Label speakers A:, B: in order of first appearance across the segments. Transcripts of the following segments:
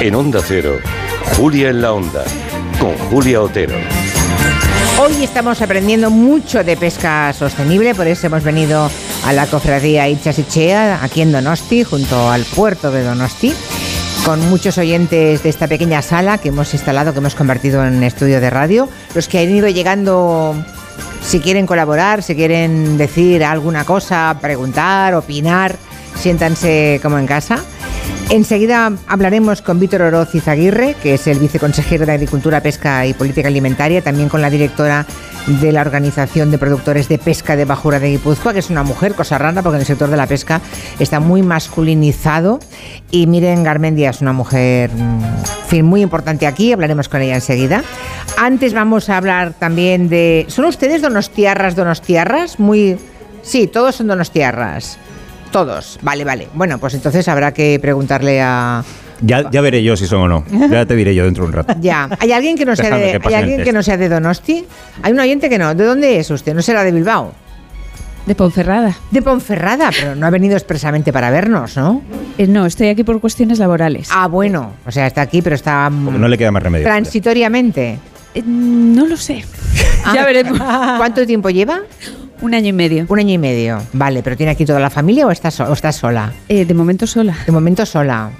A: En Onda Cero, Julia en la Onda, con Julia Otero.
B: Hoy estamos aprendiendo mucho de pesca sostenible, por eso hemos venido a la cofradía Itchasichea, aquí en Donosti, junto al puerto de Donosti, con muchos oyentes de esta pequeña sala que hemos instalado, que hemos convertido en estudio de radio. Los que han ido llegando, si quieren colaborar, si quieren decir alguna cosa, preguntar, opinar, siéntanse como en casa. Enseguida hablaremos con Víctor Oroz Izaguirre, que es el viceconsejero de Agricultura, Pesca y Política Alimentaria, también con la directora de la Organización de Productores de Pesca de Bajura de Guipúzcoa, que es una mujer, cosa rara, porque en el sector de la pesca está muy masculinizado. Y miren, Garmendia es una mujer en fin, muy importante aquí, hablaremos con ella enseguida. Antes vamos a hablar también de... ¿Son ustedes donostiarras, donostiarras? Muy... Sí, todos son donostiarras. Todos, vale, vale. Bueno, pues entonces habrá que preguntarle a...
C: Ya, ya veré yo si son o no. Ya te diré yo dentro de un rato.
B: Ya, ¿hay alguien que no sea,
C: Dejadme que
B: de, ¿hay
C: pasen el
B: alguien que
C: test.
B: no sea de Donosti? Hay un oyente que no. ¿De dónde es usted? ¿No será de Bilbao?
D: De Ponferrada.
B: De Ponferrada, pero no ha venido expresamente para vernos, ¿no?
D: Eh, no, estoy aquí por cuestiones laborales.
B: Ah, bueno. O sea, está aquí, pero está mm,
C: No le queda más remedio.
B: transitoriamente.
D: Eh, no lo sé. Ya veremos.
B: Ah. ¿Cuánto tiempo lleva?
D: Un año y medio.
B: Un año y medio. Vale, pero ¿tiene aquí toda la familia o está, so- o está sola?
D: Eh, de momento sola.
B: De momento sola.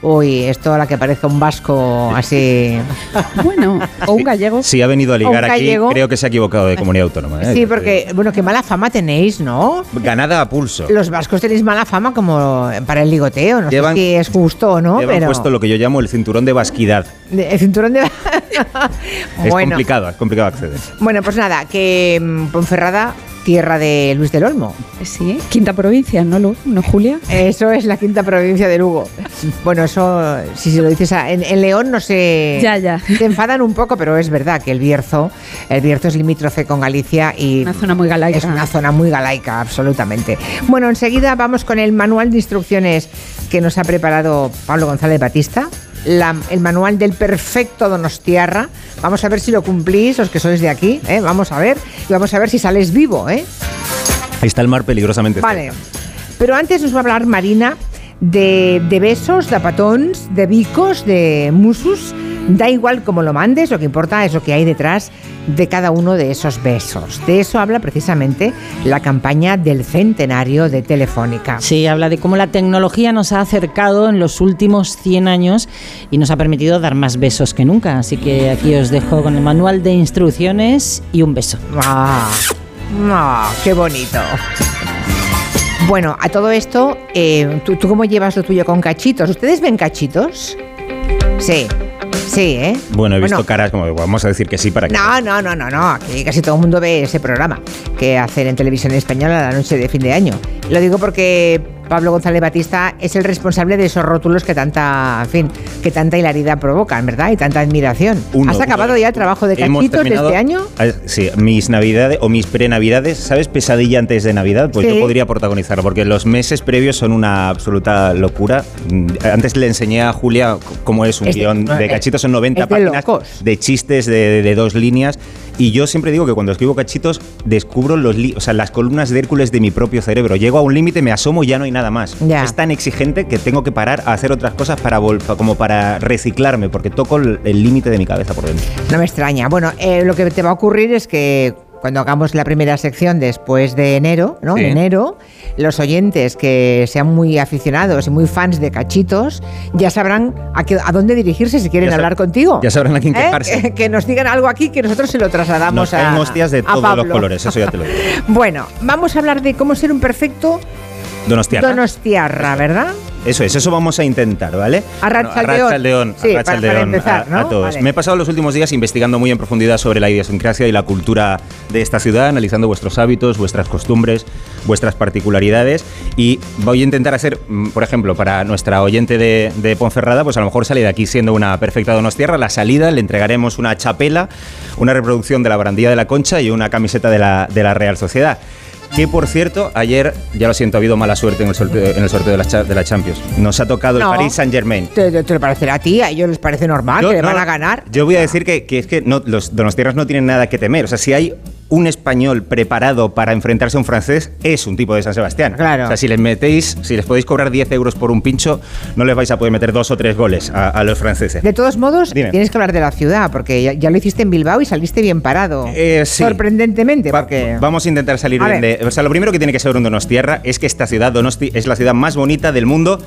B: Uy, esto a la que parece un vasco así.
D: Bueno, o un gallego.
C: Si ha venido a ligar
B: Aunque
C: aquí,
B: llegó-
C: creo que se ha equivocado de comunidad autónoma. ¿eh?
B: Sí, porque, bueno, qué mala fama tenéis, ¿no?
C: Ganada a pulso.
B: Los vascos tenéis mala fama como para el ligoteo, no
C: Llevan-
B: sé si es justo o no,
C: Llevan
B: pero
C: puesto lo que yo llamo el cinturón de vasquidad.
B: De- el cinturón de
C: Es complicado, es complicado acceder.
B: Bueno, pues nada, que mm, Ponferrada, tierra de Luis del Olmo.
D: Sí, quinta provincia, ¿no, Lu? ¿No, Julia?
B: Eso es la quinta provincia de Lugo. Bueno, eso, si se lo dices a- en, en León, no sé.
D: Ya, ya.
B: Se enfadan un poco, pero es verdad que el Bierzo, el Bierzo es limítrofe con Galicia y.
D: Una zona muy galaica.
B: Es una zona muy galaica, absolutamente. Bueno, enseguida vamos con el manual de instrucciones que nos ha preparado Pablo González Batista. la- el manual del perfecto Donostiarra. Vamos a ver si lo cumplís, los que sois de aquí. ¿eh? Vamos a ver. Y vamos a ver si sales vivo. ¿eh?
C: Ahí está el mar peligrosamente.
B: Vale.
C: cerca.
B: Pero antes nos va a hablar Marina de, de besos, de patons, de bicos, de musus. Da igual cómo lo mandes, lo que importa es lo que hay detrás de cada uno de esos besos. De eso habla precisamente la campaña del centenario de Telefónica.
E: Sí, habla de cómo la tecnología nos ha acercado en los últimos 100 años y nos ha permitido dar más besos que nunca. Así que aquí os dejo con el manual de instrucciones y un beso.
B: ¡Ah! ¡Ah! ¡Qué bonito! Bueno, a todo esto, eh, ¿tú, tú cómo llevas lo tuyo con cachitos? ¿Ustedes ven cachitos? Sí, sí, ¿eh?
C: Bueno, he visto caras como vamos a decir que sí para que.
B: No, no, no, no, no. Aquí casi todo el mundo ve ese programa que hacen en televisión española la noche de fin de año. Lo digo porque Pablo González Batista es el responsable de esos rótulos que tanta, en fin, que tanta hilaridad provocan, ¿verdad? Y tanta admiración.
C: Uno,
B: ¿Has
C: uno,
B: acabado
C: dos.
B: ya el trabajo de
C: Hemos
B: cachitos de
C: terminado-
B: este año?
C: Ah, Sí, mis navidades o mis prenavidades, ¿sabes? Pesadilla antes de Navidad, pues
B: Sí.
C: yo podría protagonizarlo, porque los meses previos son una absoluta locura. Mm, Antes le enseñé a Julia c- cómo es un
B: Es de-
C: guión de,
B: es-
C: cachitos, son 90
B: Este eh, es de
C: páginas
B: locos.
C: de chistes de, de- de dos líneas. Y yo siempre digo que cuando escribo cachitos descubro los li- o sea, las columnas de Hércules de mi propio cerebro. Llego a un límite, me asomo y ya no hay nada más.
B: Ya.
C: Es tan exigente que tengo que parar a hacer otras cosas para vol- pa- como para reciclarme, porque toco el el límite de mi cabeza por dentro.
B: No me extraña. Bueno, eh, lo que te va a ocurrir es que cuando hagamos la primera sección después de enero, ¿no?
C: Sí.
B: De enero, los oyentes que sean muy aficionados y muy fans de cachitos ya sabrán a, qué- a dónde dirigirse si quieren
C: Ya sab-
B: hablar contigo.
C: ya sabrán a quién
B: ¿Eh?
C: quejarse.
B: Que, que nos digan algo aquí que nosotros se lo trasladamos
C: Nos
B: a.
C: caen hostias de
B: a
C: todos los
B: Pablo.
C: colores, eso ya te lo digo.
B: Bueno, vamos a hablar de cómo ser un perfecto
C: Donostiarra.
B: donostiarra, ¿verdad?
C: eso es, eso vamos a intentar, ¿vale?
B: Arratsaldeón.
C: Arratsaldeón,
B: Sí, para- para
C: arratsaldeón
B: empezar,
C: a, a
B: ¿no?
C: todos.
B: Vale.
C: Me he pasado los últimos días investigando muy en profundidad sobre la idiosincrasia y la cultura de esta ciudad, analizando vuestros hábitos, vuestras costumbres, vuestras particularidades y voy a intentar hacer, mm, por ejemplo, para nuestra oyente de, de Ponferrada, pues a lo mejor sale de aquí siendo una perfecta donostiarra, la salida le entregaremos una chapela, una reproducción de la barandilla de la Concha y una camiseta de la, de la Real Sociedad. Que por cierto, ayer, ya lo siento, ha habido mala suerte en el sorteo, en el sorteo de, la, cha- de la Champions. Nos ha tocado
B: No.
C: el Paris Saint Germain.
B: ¿Te, te, te lo parecerá a ti? A ellos les parece normal
C: Yo-
B: Ah, que le
C: no,
B: van a ganar.
C: Yo voy a decir que, que es que no, los donostiarras no tienen nada que temer. O sea, si hay un español preparado para enfrentarse a un francés es un tipo de San Sebastián.
B: Claro.
C: O sea, si les metéis, si les podéis cobrar 10 euros por un pincho, no les vais a poder meter dos o tres goles a, a los franceses.
B: De todos modos,
C: Dime.
B: tienes que hablar de la ciudad, porque ya, ya lo hiciste en Bilbao y saliste bien parado.
C: Eh, sí.
B: Sorprendentemente,
C: Va-
B: porque...
C: Vamos a intentar salir
B: A
C: bien
B: ver.
C: de. O sea, lo primero que tiene que saber un Donostierra es que esta ciudad, Donosti, es la ciudad más bonita del mundo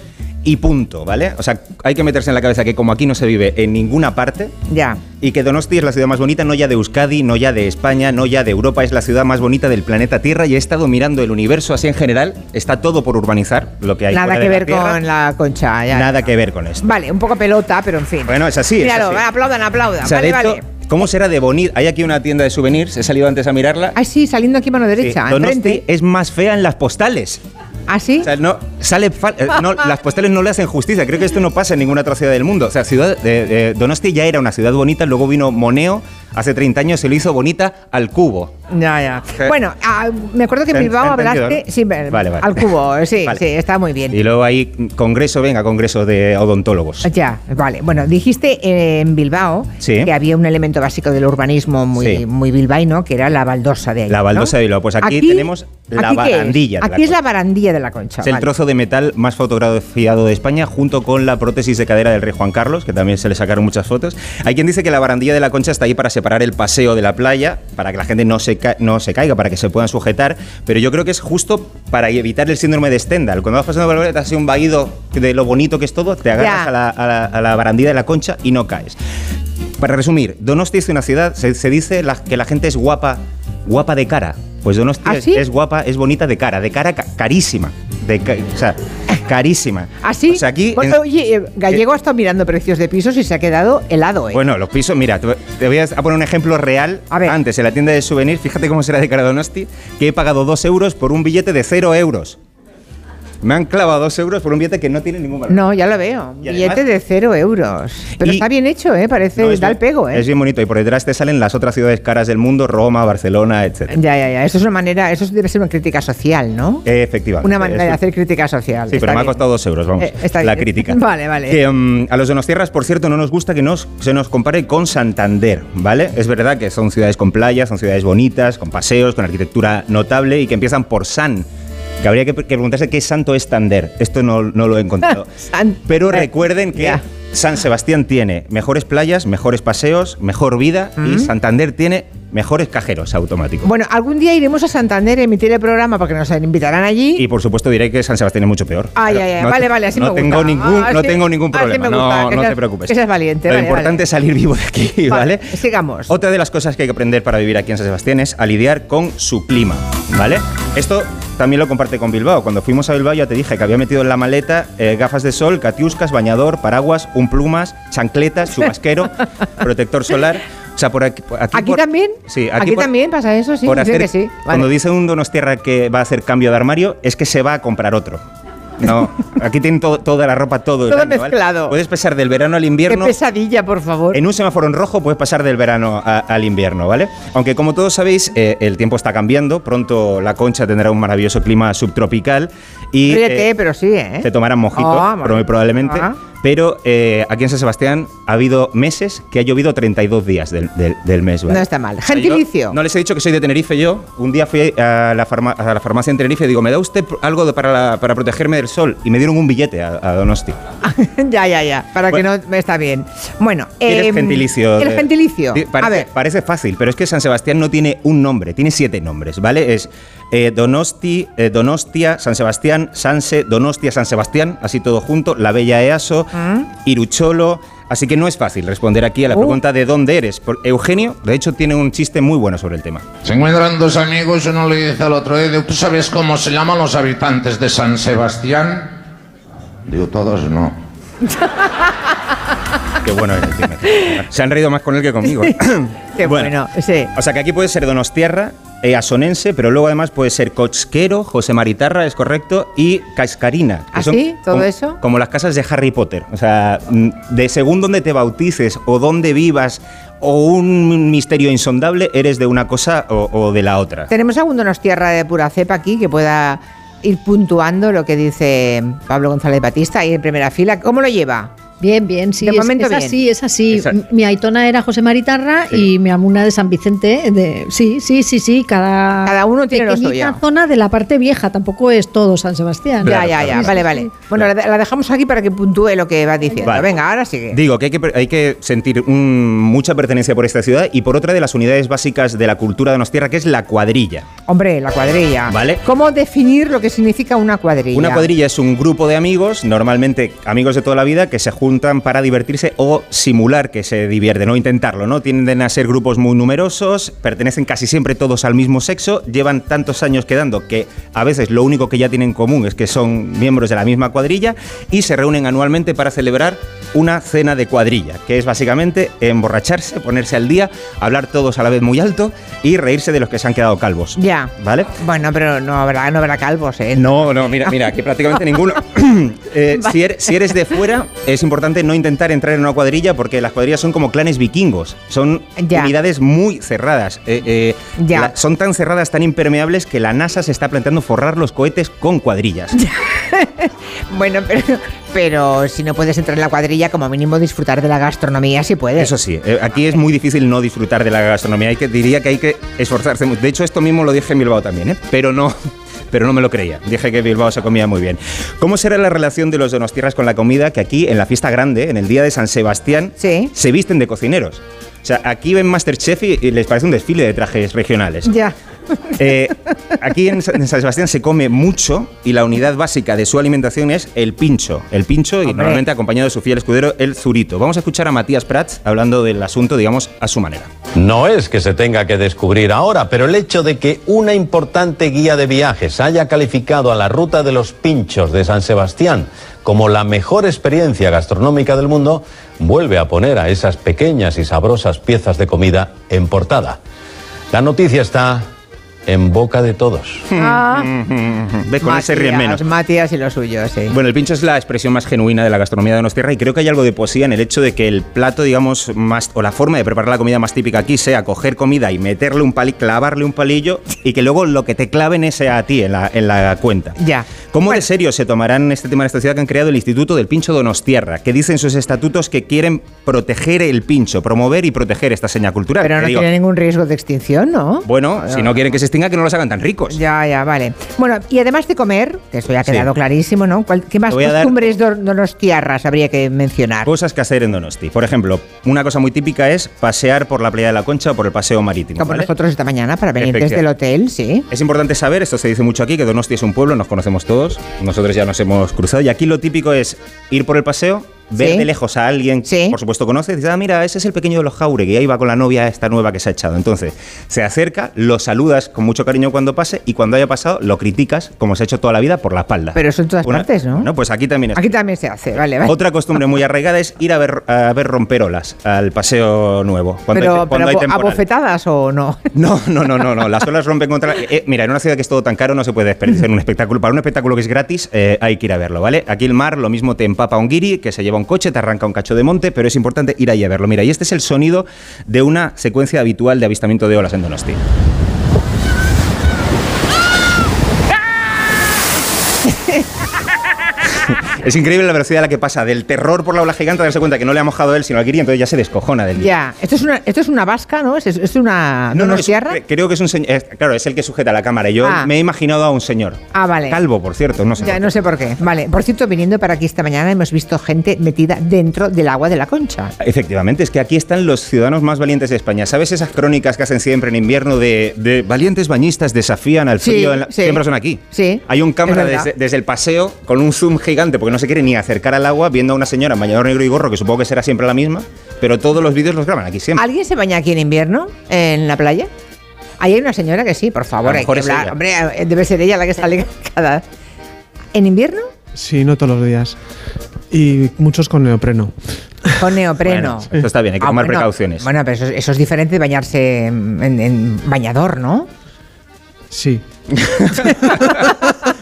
C: y punto, ¿vale? O sea, hay que meterse en la cabeza que como aquí no se vive en ninguna parte.
B: Ya.
C: Y que Donosti es la ciudad más bonita, no ya de Euskadi, no ya de España, no ya de Europa, es la ciudad más bonita del planeta Tierra y he estado mirando el universo así en general, está todo por urbanizar, lo que hay
B: Nada
C: fuera
B: que
C: de la
B: ver
C: Tierra,
B: con la concha. ya.
C: nada que ver con esto.
B: Vale, un poco pelota, pero en fin.
C: Bueno, es así, es
B: Míralo,
C: así.
B: va, aplaudan, aplaudan.
C: O sea,
B: vale,
C: de hecho,
B: vale.
C: ¿cómo será de bonita? Hay aquí una tienda de souvenirs, he salido antes a mirarla.
B: Ah, sí, saliendo aquí mano
C: Sí,
B: derecha,
C: Donosti
B: enfrente.
C: es más fea en las postales.
B: ¿Ah, sí?
C: O sea, no, sale fal- eh, no, las postales no le hacen justicia. Creo que esto no pasa en ninguna otra ciudad del mundo. O sea, ciudad, eh, eh, Donosti ya era una ciudad bonita, luego vino Moneo, hace 30 años se lo hizo bonita al cubo.
B: Ya, ya.
C: Eh,
B: Bueno, ah, me acuerdo que en
C: ¿te han-
B: Bilbao
C: te han entendido,
B: hablaste
C: no?
B: sí, me-
C: Vale, vale.
B: al cubo. eh, Sí,
C: Vale.
B: sí, está muy bien.
C: Y luego ahí, mm, congreso, venga, congreso de odontólogos.
B: Ya, vale. Bueno, dijiste eh, en Bilbao
C: Sí.
B: que había un elemento básico del urbanismo muy,
C: Sí.
B: muy bilbaíno, que era la baldosa de ahí.
C: La baldosa de Bilbao. Pues aquí tenemos
B: ¿aquí
C: la
B: qué es?
C: barandilla de la
B: Aquí es la
C: concha.
B: barandilla de la concha.
C: Es el
B: vale.
C: trozo de metal más fotografiado de España, junto con la prótesis de cadera del rey Juan Carlos, que también se le sacaron muchas fotos. Hay quien dice que la barandilla de la concha está ahí para separar el paseo de la playa, para que la gente no se, ca- no se caiga, para que se puedan sujetar, pero yo creo que es justo para evitar el síndrome de Stendhal. Cuando vas pasando por la playa, te hace un vaído de lo bonito que es todo, te
B: Ya.
C: agarras a la, a la- a la barandilla de la concha y no caes. Para resumir, Donosti es una ciudad, se, se dice la- que la gente es guapa, guapa de cara. Pues Donosti
B: ¿Ah,
C: es-
B: sí?
C: es guapa, es bonita de cara, de cara ca- carísima. De ca- o sea, carísima.
B: ¿Así?
C: O sea, aquí.
B: ¿Ah, Bueno,
C: en-
B: Oye, eh, Gallego ha estado mirando precios de pisos y se ha quedado helado, ¿eh?
C: bueno, los pisos, mira, te te voy a poner un ejemplo real.
B: A ver.
C: Antes, en la tienda de souvenir, fíjate cómo será de cara Donosti, que he pagado 2 euros por un billete de 0 euros. Me han clavado 2 euros por un billete que no tiene ningún valor.
B: no, ya lo veo.
C: Y
B: Billete
C: además-
B: de cero euros. Pero
C: Y-
B: está bien hecho, ¿eh? Parece,
C: No, es
B: da el
C: bien-
B: pego, ¿eh?
C: Es bien bonito. Y por detrás te salen las otras ciudades caras del mundo, Roma, Barcelona, etc.
B: Ya, ya, ya. Eso es una manera, eso debe ser una crítica social, ¿no?
C: Efectivamente.
B: una manera
C: es-
B: de hacer crítica social.
C: Eh, Sí, pero
B: Está
C: me ha
B: bien.
C: costado dos euros, vamos.
B: Eh, está
C: la
B: bien.
C: crítica.
B: Vale, vale.
C: Que, mm, a los de Tierras, por cierto, no nos gusta que nos, se nos compare con Santander, ¿vale? Es verdad que son ciudades con playas, son ciudades bonitas, con paseos, con arquitectura notable y que empiezan por San. Que habría que, que preguntarse qué santo es Tander. Esto no, no lo he encontrado.
B: San- eh,
C: Pero recuerden que
B: Ya.
C: San Sebastián tiene mejores playas, mejores paseos, mejor vida
B: Mm.
C: y Santander tiene mejores cajeros automáticos.
B: Bueno, algún día iremos a Santander a emitir el programa porque nos invitarán allí.
C: Y por supuesto diré que San Sebastián es mucho peor.
B: Ay,
C: Pero
B: ay, ay,
C: no te-
B: vale, vale, así
C: no
B: me gusta.
C: Tengo ningún,
B: Ah,
C: no
B: así-
C: tengo ningún
B: así me
C: problema,
B: gusta,
C: no,
B: que
C: no
B: seas-
C: te preocupes.
B: que seas valiente,
C: Lo
B: vale,
C: importante
B: vale.
C: es salir vivo de aquí,
B: Vale,
C: ¿vale?
B: sigamos.
C: Otra de las cosas que hay que aprender para vivir aquí en San Sebastián es a lidiar con su clima, ¿vale? Esto también lo comparte con Bilbao. Cuando fuimos a Bilbao ya te dije que había metido en la maleta eh, gafas de sol, catiuscas, bañador, paraguas, un plumas, chancletas, chubasquero, protector solar. O sea, por aquí, por-
B: ¿Aquí
C: por-
B: también?
C: Sí,
B: Aquí
C: por-
B: también pasa eso, sí,
C: por
B: dicen
C: hacer-
B: que sí, vale.
C: Cuando dice un Donostierra que va a hacer cambio de armario, es que se va a comprar otro. No, aquí tienen to- toda la ropa, todo. el
B: Todo
C: año, ¿vale?
B: mezclado.
C: Puedes pasar del verano al
B: Qué
C: invierno.
B: pesadilla, por favor.
C: En un semáforo en rojo puedes pasar del verano a- al invierno, ¿vale? Aunque como todos sabéis, eh, el tiempo está cambiando. Pronto la concha tendrá un maravilloso clima subtropical. Y,
B: Ríete,
C: eh,
B: pero sí, ¿eh?
C: te tomarán mojito,
B: Ah,
C: pero muy probablemente.
B: Ajá.
C: Pero eh, aquí en San Sebastián ha habido meses que ha llovido 32 días del, del- del mes. ¿vale?
B: No está mal.
C: O sea, yo
B: Gentilicio.
C: No les he dicho que soy de Tenerife yo. Un día fui a la, farma- a la farmacia en Tenerife y digo, ¿me da usted pr- algo de- para, la- para protegerme del sol? Y me dieron un billete a, a Donosti.
B: ya, ya, ya. Para
C: Bueno.
B: que no está bien. Bueno,
C: ¿Quieres
B: em,
C: gentilicio?
B: El
C: de-
B: gentilicio.
C: Di- Parece,
B: a ver,
C: parece fácil, pero es que San Sebastián no tiene un nombre, tiene siete nombres, ¿vale? Es eh, Donosti, eh, Donostia, San Sebastián, Sanse, Donostia, San Sebastián, así todo junto, La Bella Easo, Irucholo. Así que no es fácil responder aquí a la
B: Mm. Uh.
C: pregunta de dónde eres. Por- Eugenio, de hecho, tiene un chiste muy bueno sobre el tema.
F: Se encuentran dos amigos, uno le dice al otro, "Eh, ¿tú sabes cómo se llaman los habitantes de San Sebastián? Digo, todos no.
C: Qué bueno es el tema. Se han reído más con él que conmigo.
B: qué bueno. sí.
C: O sea que aquí puede ser Donostierra, eh, asonense, pero luego además puede ser Cochquero, José Maritarra, es correcto, y Cascarina. que
B: ¿Ah,
C: son
B: sí? ¿Todo
C: como-
B: eso?
C: Como las casas de Harry Potter. O sea, mm, de según donde te bautices o donde vivas o un misterio insondable, eres de una cosa o, o de la otra.
B: Tenemos algún tierra de pura cepa aquí que pueda ir puntuando lo que dice Pablo González Batista ahí en primera fila. ¿Cómo lo lleva?
G: Bien, bien, sí.
B: De
G: es,
B: momento
G: es
B: bien.
G: así, es así.
C: Esa-
G: M- Mi Aitona era José Maritarra
C: Sí.
G: y mi Amuna de San Vicente. De, sí, sí, sí, sí. Cada,
B: Cada uno tiene lo
G: pequeñita
B: suyo.
G: zona de la parte vieja, tampoco es todo San Sebastián.
B: ya, ya, ya. Vale, vale. Bueno, la, de- la dejamos aquí para que puntúe lo que vas diciendo.
C: Vale.
B: Venga, ahora sigue.
C: Digo que hay que, per- hay que sentir un- mucha pertenencia por esta ciudad y por otra de las unidades básicas de la cultura de nuestra tierra, que es la cuadrilla.
B: Hombre, la cuadrilla.
C: Vale.
B: ¿Cómo definir lo que significa una cuadrilla?
C: Una cuadrilla es un grupo de amigos, normalmente amigos de toda la vida, que se juntan para divertirse o simular que se divierten o intentarlo, ¿no? Tienden a ser grupos muy numerosos, pertenecen casi siempre todos al mismo sexo, llevan tantos años quedando que a veces lo único que ya tienen en común es que son miembros de la misma cuadrilla y se reúnen anualmente para celebrar una cena de cuadrilla, que es básicamente emborracharse, ponerse al día, hablar todos a la vez muy alto y reírse de los que se han quedado calvos.
B: Ya.
C: ¿Vale?
B: Bueno, pero no habrá, no habrá calvos, ¿eh?
C: No, no, mira, mira, que prácticamente ninguno. Eh, si, eres, si eres de fuera, es importante no intentar entrar en una cuadrilla porque las cuadrillas son como clanes vikingos. Son
B: Ya.
C: unidades muy cerradas. Eh, eh,
B: Ya.
C: la- son tan cerradas, tan impermeables que la NASA se está planteando forrar los cohetes con cuadrillas.
B: Bueno, pero, pero si no puedes entrar en la cuadrilla, como mínimo disfrutar de la gastronomía si puedes.
C: Eso sí, eh, aquí es muy difícil no disfrutar de la gastronomía. Hay que, diría que hay que esforzarse mucho. De hecho, esto mismo lo dije en Bilbao también, ¿eh? pero no. Pero no me lo creía. Dije que Bilbao se comía muy bien. ¿Cómo será la relación de los donostiarras con la comida? Que aquí, en la fiesta grande, en el día de San Sebastián,
B: Sí.
C: se visten de cocineros. O sea, aquí ven Masterchef y, y les parece un desfile de trajes regionales.
B: Ya.
C: Eh, aquí en, Sa- en San Sebastián se come mucho y la unidad básica de su alimentación es el pincho. El pincho y
B: Hombre.
C: normalmente acompañado de su fiel escudero, el zurito. Vamos a escuchar a Matías Prats hablando del asunto, digamos, a su manera.
H: No es que se tenga que descubrir ahora, pero el hecho de que una importante guía de viajes haya calificado a la ruta de los pinchos de San Sebastián como la mejor experiencia gastronómica del mundo, vuelve a poner a esas pequeñas y sabrosas piezas de comida en portada. La noticia está en boca de todos.
C: Ves, con ese ríen menos.
B: Mm. Matías y lo suyo, sí.
C: Bueno, el pincho es la expresión más genuina de la gastronomía de Nostierra y creo que hay algo de poesía en el hecho de que el plato, digamos, más o la forma de preparar la comida más típica aquí sea coger comida y meterle un palillo, clavarle un palillo y que luego lo que te claven es a ti en la, en la cuenta.
B: Ya.
C: ¿Cómo de serio se tomarán este tema en esta ciudad que han creado el Instituto del Pincho Donostierra, que dicen sus estatutos que quieren proteger el pincho, promover y proteger esta seña cultural?
B: pero
C: Que
B: no
C: digo,
B: tiene ningún riesgo de extinción, ¿no?
C: bueno, si no quieren que se extinga, que no los hagan tan ricos.
B: Ya, ya, vale. Bueno, y además de comer, que eso ya ha
C: Sí.
B: quedado clarísimo, ¿no? ¿Cuál- ¿Qué más
C: Te voy a dar- Pues,
B: costumbres dor- donostiarras habría que mencionar?
C: Cosas que hacer en Donosti. Por ejemplo, una cosa muy típica es pasear por la playa de la Concha o por el paseo marítimo.
B: Como
C: ¿vale?
B: nosotros esta mañana, para venir desde el hotel,
C: Efectivamente.
B: sí.
C: Es importante saber, esto se dice mucho aquí, que Donosti es un pueblo, nos conocemos todos, nosotros ya nos hemos cruzado y aquí lo típico es ir por el paseo, ver
B: Sí.
C: de lejos a alguien que
B: Sí.
C: por supuesto conoces, y dices, ah, mira, ese es el pequeño de los Jauregui, ahí va con la novia esta nueva que se ha echado. Entonces, se acerca, lo saludas con mucho cariño cuando pase y cuando haya pasado lo criticas, como se ha hecho toda la vida, por la espalda.
B: Pero eso en todas
C: Una-
B: partes, ¿no?
C: No, pues aquí también es.
B: Aquí también se hace, vale, vale.
C: Otra costumbre muy arraigada es ir a ver, a ver romperolas al paseo nuevo. Cuando
B: pero
C: hay, cuando hay
B: pero
C: temporal.
B: abofetadas o no.
C: No, no, no, no, no. Las olas rompen contra. eh, mira, en una ciudad que es todo tan caro no se puede desperdiciar un espectáculo. Para un espectáculo que es gratis eh, hay que ir a verlo, ¿vale? Aquí el mar lo mismo te empapa un guiri, que se lleva un coche, te arranca un cacho de monte, pero es importante ir ahí a verlo. Mira, y este es el sonido de una secuencia habitual de avistamiento de olas en Donosti. Es increíble la velocidad a la que pasa del terror por la ola gigante, a darse cuenta que no le ha mojado él, sino al guiri, entonces ya se descojona del guiri.
B: ya, esto es una, esto es una vasca, ¿no? Es, es una
C: Ah, No, no, es-
B: donostiarra.
C: cre- creo que es un señor. es- Claro, es el que sujeta la cámara. Yo
B: Ah.
C: me he imaginado a un señor.
B: Ah, vale.
C: Calvo, por cierto, no sé.
B: Ya,
C: por
B: no
C: qué.
B: sé por qué. Vale, por cierto, viniendo para aquí esta mañana hemos visto gente metida dentro del agua de la concha.
C: Efectivamente, es que aquí están los ciudadanos más valientes de España. ¿Sabes esas crónicas que hacen siempre en invierno de, de valientes bañistas desafían al
B: Sí,
C: frío? en la-
B: sí.
C: Siempre son aquí.
B: Sí,
C: Hay un cámara
B: es verdad.
C: desde, desde el paseo con un zoom gigante porque no se quiere ni acercar al agua viendo a una señora en bañador negro y gorro que supongo que será siempre la misma, pero todos los vídeos los graban aquí siempre.
B: ¿Alguien se baña aquí en invierno en la playa? Ahí hay una señora que sí, por favor,
C: A lo
B: hay
C: mejor
B: que
C: es
B: hablar.
C: ella.
B: Hombre, eh, debe ser ella la que sale cada. ¿En invierno?
I: Sí, no todos los días. Y muchos con neopreno.
B: Con neopreno.
C: Bueno, esto está bien, hay que
B: Ah,
C: tomar
B: bueno.
C: precauciones.
B: Bueno, pero eso, eso es diferente de bañarse en, en- en bañador, ¿no?
I: Sí.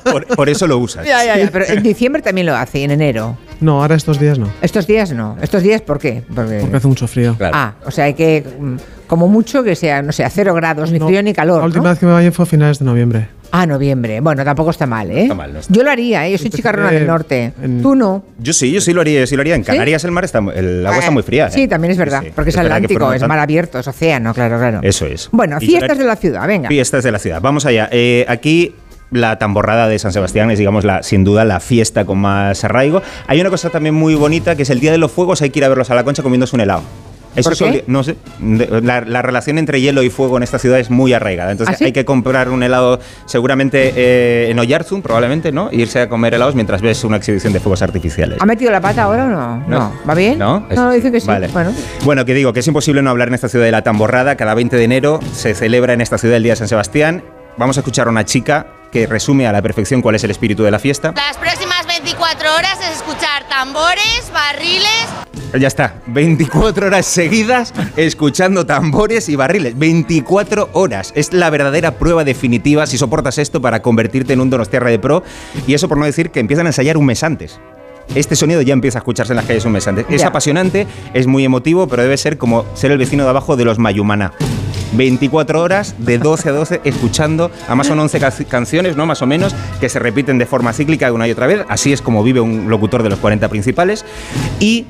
C: Por, por eso lo usas.
B: Pero en diciembre también lo hace, y en enero.
I: No, ahora estos días no.
B: Estos días no. ¿Estos días por qué? Porque,
I: Porque hace mucho frío.
C: Claro.
B: Ah, o sea, hay que, mm, como mucho, que sea, no sé, a cero grados, ni
I: No,
B: frío ni calor.
I: La última
B: ¿no?
I: vez que me bañé fue a finales de noviembre.
B: Ah, noviembre. Bueno, tampoco está mal, ¿eh?
C: está mal, no está
B: Yo lo haría, ¿eh? Yo soy chicarrona del norte.
I: en-
B: Tú no.
C: Yo sí, yo sí lo haría, yo sí lo haría. En Canarias el mar está, el agua está muy fría. ¿eh?
B: Sí, también es verdad,
C: Sí, sí.
B: porque es,
C: verdad que por
B: Atlántico,
C: lo
B: es
C: tanto-
B: mar abierto, es océano, claro, claro.
C: Eso es.
B: Bueno,
C: Y
B: fiestas
C: Canarias-
B: de la ciudad, venga.
C: Fiestas de la ciudad. Vamos allá. Eh, aquí la tamborrada de San Sebastián es, digamos, la, sin duda la fiesta con más arraigo. Hay una cosa también muy bonita que es el Día de los Fuegos, hay que ir a verlos a la concha comiéndose un helado. Eso
B: ¿Por
C: es obli-
B: qué?
C: no sé, de- la, la relación entre hielo y fuego en esta ciudad es muy arraigada. Entonces
B: ¿Ah, sí?
C: hay que comprar un helado seguramente eh, en Oyarzun, probablemente, ¿no? E irse a comer helados mientras ves una exhibición de fuegos artificiales.
B: ¿Ha metido la pata ahora o no? No. ¿Va bien?
C: ¿No?
B: No, dice que sí.
C: Vale.
B: Bueno.
C: Bueno, que digo, que es imposible no hablar en esta ciudad de la tamborrada. Cada 20 de enero se celebra en esta ciudad el Día de San Sebastián. Vamos a escuchar a una chica que resume a la perfección cuál es el espíritu de la fiesta.
J: Las próximas 24 horas es escuchar tambores, barriles.
C: Ya está, 24 horas seguidas escuchando tambores y barriles. 24 horas. Es la verdadera prueba definitiva si soportas esto para convertirte en un donostiarra de pro. Y eso por no decir que empiezan a ensayar un mes antes. Este sonido ya empieza a escucharse en las calles un mes antes. Es
B: Ya.
C: apasionante, es muy emotivo, pero debe ser como ser el vecino de abajo de los Mayumana. 24 horas de 12 a 12 escuchando, además son 11 ca- canciones, ¿no? Más o menos, que se repiten de forma cíclica una y otra vez. Así es como vive un locutor de los 40 principales. Y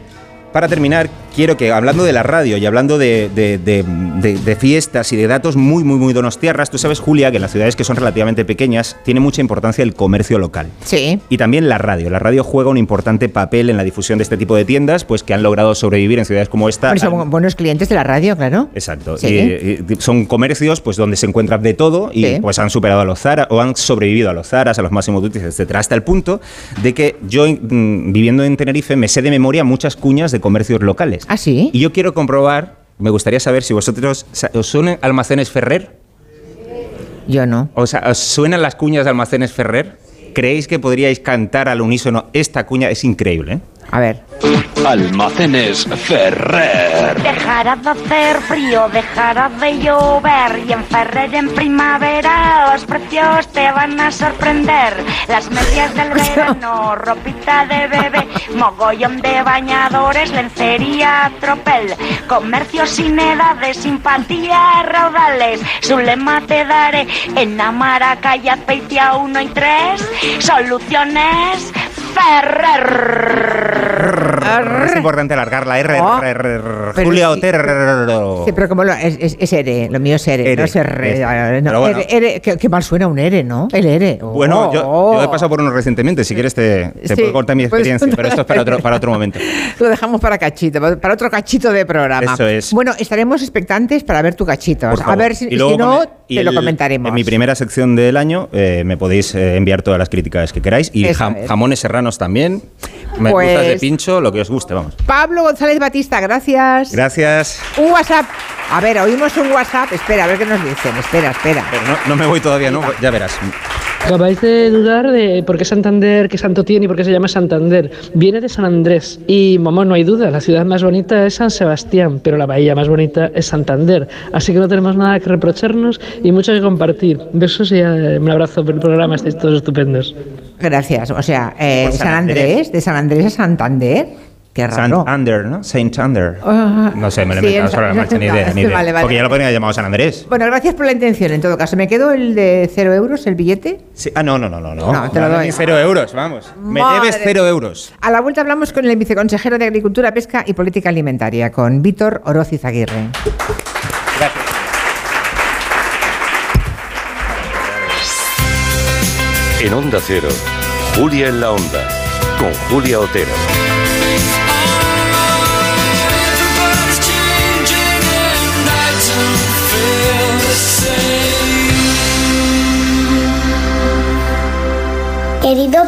C: para terminar, quiero que, hablando de la radio y hablando de, de- de- de- de fiestas y de datos muy, muy, muy donostiarras, tú sabes, Julia, que en las ciudades que son relativamente pequeñas tiene mucha importancia el comercio local.
B: Sí.
C: Y también la radio. La radio juega un importante papel en la difusión de este tipo de tiendas, pues que han logrado sobrevivir en ciudades como esta.
B: Bueno, son buenos clientes de la radio, claro.
C: Exacto.
B: Sí.
C: Y, y son comercios pues donde se encuentran de todo y
B: Sí.
C: pues han superado a los Zara o han sobrevivido a los Zaras, a los Máximo Dutis, etcétera, hasta el punto de que yo mm, viviendo en Tenerife me sé de memoria muchas cuñas de comercios locales.
B: ¿Ah, sí?
C: Y yo quiero comprobar, me gustaría saber si vosotros sa- os suenan almacenes Ferrer,
B: Yo no.
C: o sea, os suenan las cuñas de almacenes Ferrer. ¿Creéis que podríais cantar al unísono esta cuña? Es increíble, ¿eh?
B: A ver.
K: Almacenes Ferrer.
J: Dejará de hacer frío, dejará de llover y en Ferrer en primavera los precios te van a sorprender. Las medias del verano, ropita de bebé, mogollón de bañadores, lencería tropel, comercio sin edades, simpatía raudales. Su lema te daré en la Maracay, Azpeitia 1 y 3, soluciones Ferrer.
C: Es importante eh, alargar la R.
B: Oh,
C: R, R, R,
B: pero
C: Julia
B: sí.
C: Otero.
B: Sí, pero como lo, es, es- es ere, lo mío es ere,
C: Ere,
B: no es ere,
C: es-
B: eh, no,
C: pero bueno.
B: ere, ere, qué, qué mal suena un ere, ¿no? El ere. Oh.
C: Bueno, yo, yo he pasado por uno recientemente. Si quieres, te, te
B: Sí, pues,
C: puedo contar mi
B: puedes
C: experiencia,
B: contar
C: pero esto es para otro, para otro momento.
B: Lo dejamos para cachito, pa- para otro cachito de programa.
C: Eso es.
B: Bueno, estaremos expectantes para ver tu cachito.
C: Por
B: A
C: favor.
B: ver si,
C: Y luego
B: si no,
C: come- y
B: te lo
C: el-
B: comentaremos.
C: En mi primera sección del año eh, me podéis eh, enviar todas las críticas que queráis. Y
B: Eso
C: jam-
B: es.
C: jamones serranos también. Me
B: Pues-
C: gustas de pincho, lo que os guste, vamos.
B: Pablo González Batista, gracias.
C: Gracias.
B: Un WhatsApp. A ver, oímos un WhatsApp. Espera, a ver qué nos dicen. Espera, espera.
C: Pero no, no me voy todavía, ¿no? Ya verás.
K: Acabáis de dudar de por qué Santander, qué santo tiene y por qué se llama Santander. Viene de San Andrés. Y, vamos, no hay duda, la ciudad más bonita es San Sebastián, pero la bahía más bonita es Santander. Así que no tenemos nada que reprocharnos y mucho que compartir. Besos y eh, un abrazo por el programa, estáis todos estupendos.
B: Gracias. O sea, eh,
C: Por San
B: San Andrés,
C: Andrés.
B: de San Andrés a Santander. Qué
C: Saint
B: raro.
C: Under, ¿no? Saint Under.
B: Ah.
C: no sé, me lo he
B: Sí,
C: inventado
B: en-
C: sobre la marcha, ni idea, ni idea.
B: Vale, vale.
C: Porque ya lo podría haber llamado San Andrés.
B: Bueno, gracias por la intención en todo caso. ¿Me quedo el de cero euros, el billete?
C: Sí, Ah, no, no, no, no. No,
B: No, te lo
C: Dame
B: doy.
C: mis cero euros, vamos. Me
B: Madre.
C: debes cero euros.
B: A la vuelta hablamos con el viceconsejero de Agricultura, Pesca y Política Alimentaria, con Víctor Oroz Aguirre.
A: En Onda Cero, Julia en la Onda, con Julia Otero.
J: Querido